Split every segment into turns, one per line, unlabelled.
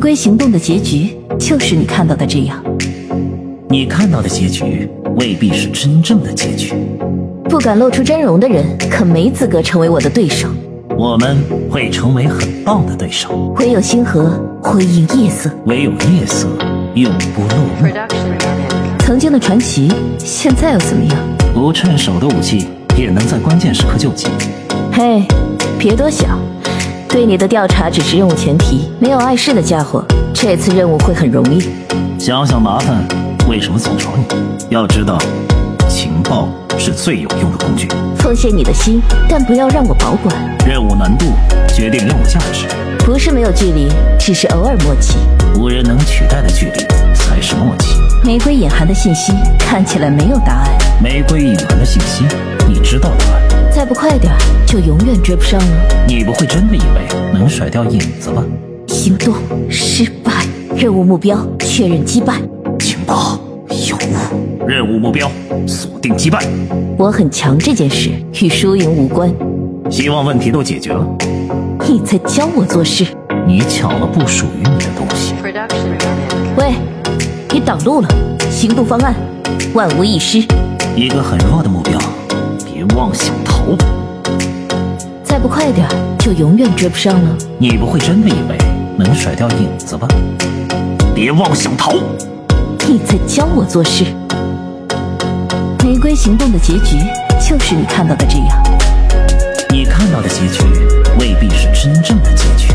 归行动的结局就是你看到的这样。
你看到的结局未必是真正的结局。
不敢露出真容的人，可没资格成为我的对手。
我们会成为很棒的对手，
唯有星河辉映夜色，
唯有夜色永不落幕。
曾经的传奇，现在又怎么样？
不趁手的武器也能在关键时刻救急。
嘿，别多想，对你的调查只是任务前提，没有碍事的家伙，这次任务会很容易。
想想麻烦为什么总找你？要知道，情报是最有用的工具。
奉献你的心，但不要让我保管。
任务难度决定任务价值，
不是没有距离，只是偶尔默契。
无人能取代的距离才是默契。
玫瑰隐含的信息看起来没有答案，
玫瑰隐含的信息，你知道答案。
再不快点儿，就永远追不上了。
你不会真的以为能甩掉影子吧？
行动失败，任务目标确认击败。
情报有误，任务目标锁定击败。
我很强这件事与输赢无关。
希望问题都解决了。
你在教我做事？
你抢了不属于你的东西。
喂，你挡路了！行动方案，万无一失。
一个很弱的目标，别妄想逃跑。
再不快点儿，就永远追不上了。
你不会真的以为能甩掉影子吧？别妄想逃。
你在教我做事。玫瑰行动的结局就是你看到的这样。
你看到的结局未必是真正的结局。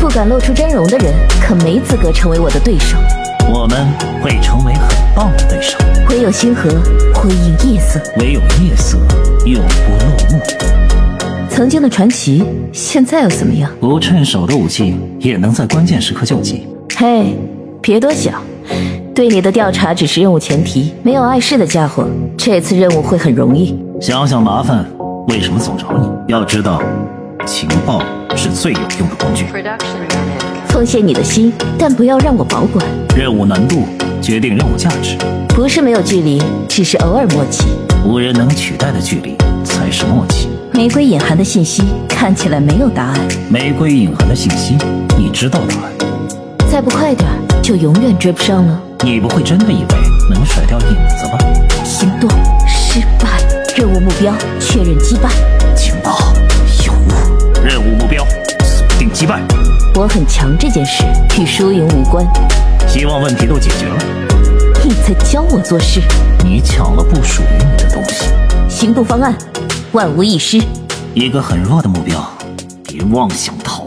不敢露出真容的人，可没资格成为我的对手。
我们会成为很棒的对手，
唯有星河辉映夜色，
唯有夜色永不落幕。
曾经的传奇，现在又怎么样？
不趁手的武器也能在关键时刻救急。
嘿，别多想，对你的调查只是任务前提，没有碍事的家伙，这次任务会很容易。
想想麻烦为什么总找你？要知道，情报是最有用的工具。
奉献你的心，但不要让我保管。
任务难度决定任务价值，
不是没有距离，只是偶尔默契。
无人能取代的距离才是默契。
玫瑰隐含的信息看起来没有答案，
玫瑰隐含的信息，你知道答案。
再不快点儿，就永远追不上了。
你不会真的以为能甩掉影子吧？
行动失败，任务目标确认击败。
情报有误，任务目标锁定击败。
我很强这件事与输赢无关。
希望问题都解决了。
你在教我做事。
你抢了不属于你的东西，
行动方案，万无一失。
一个很弱的目标，别妄想逃。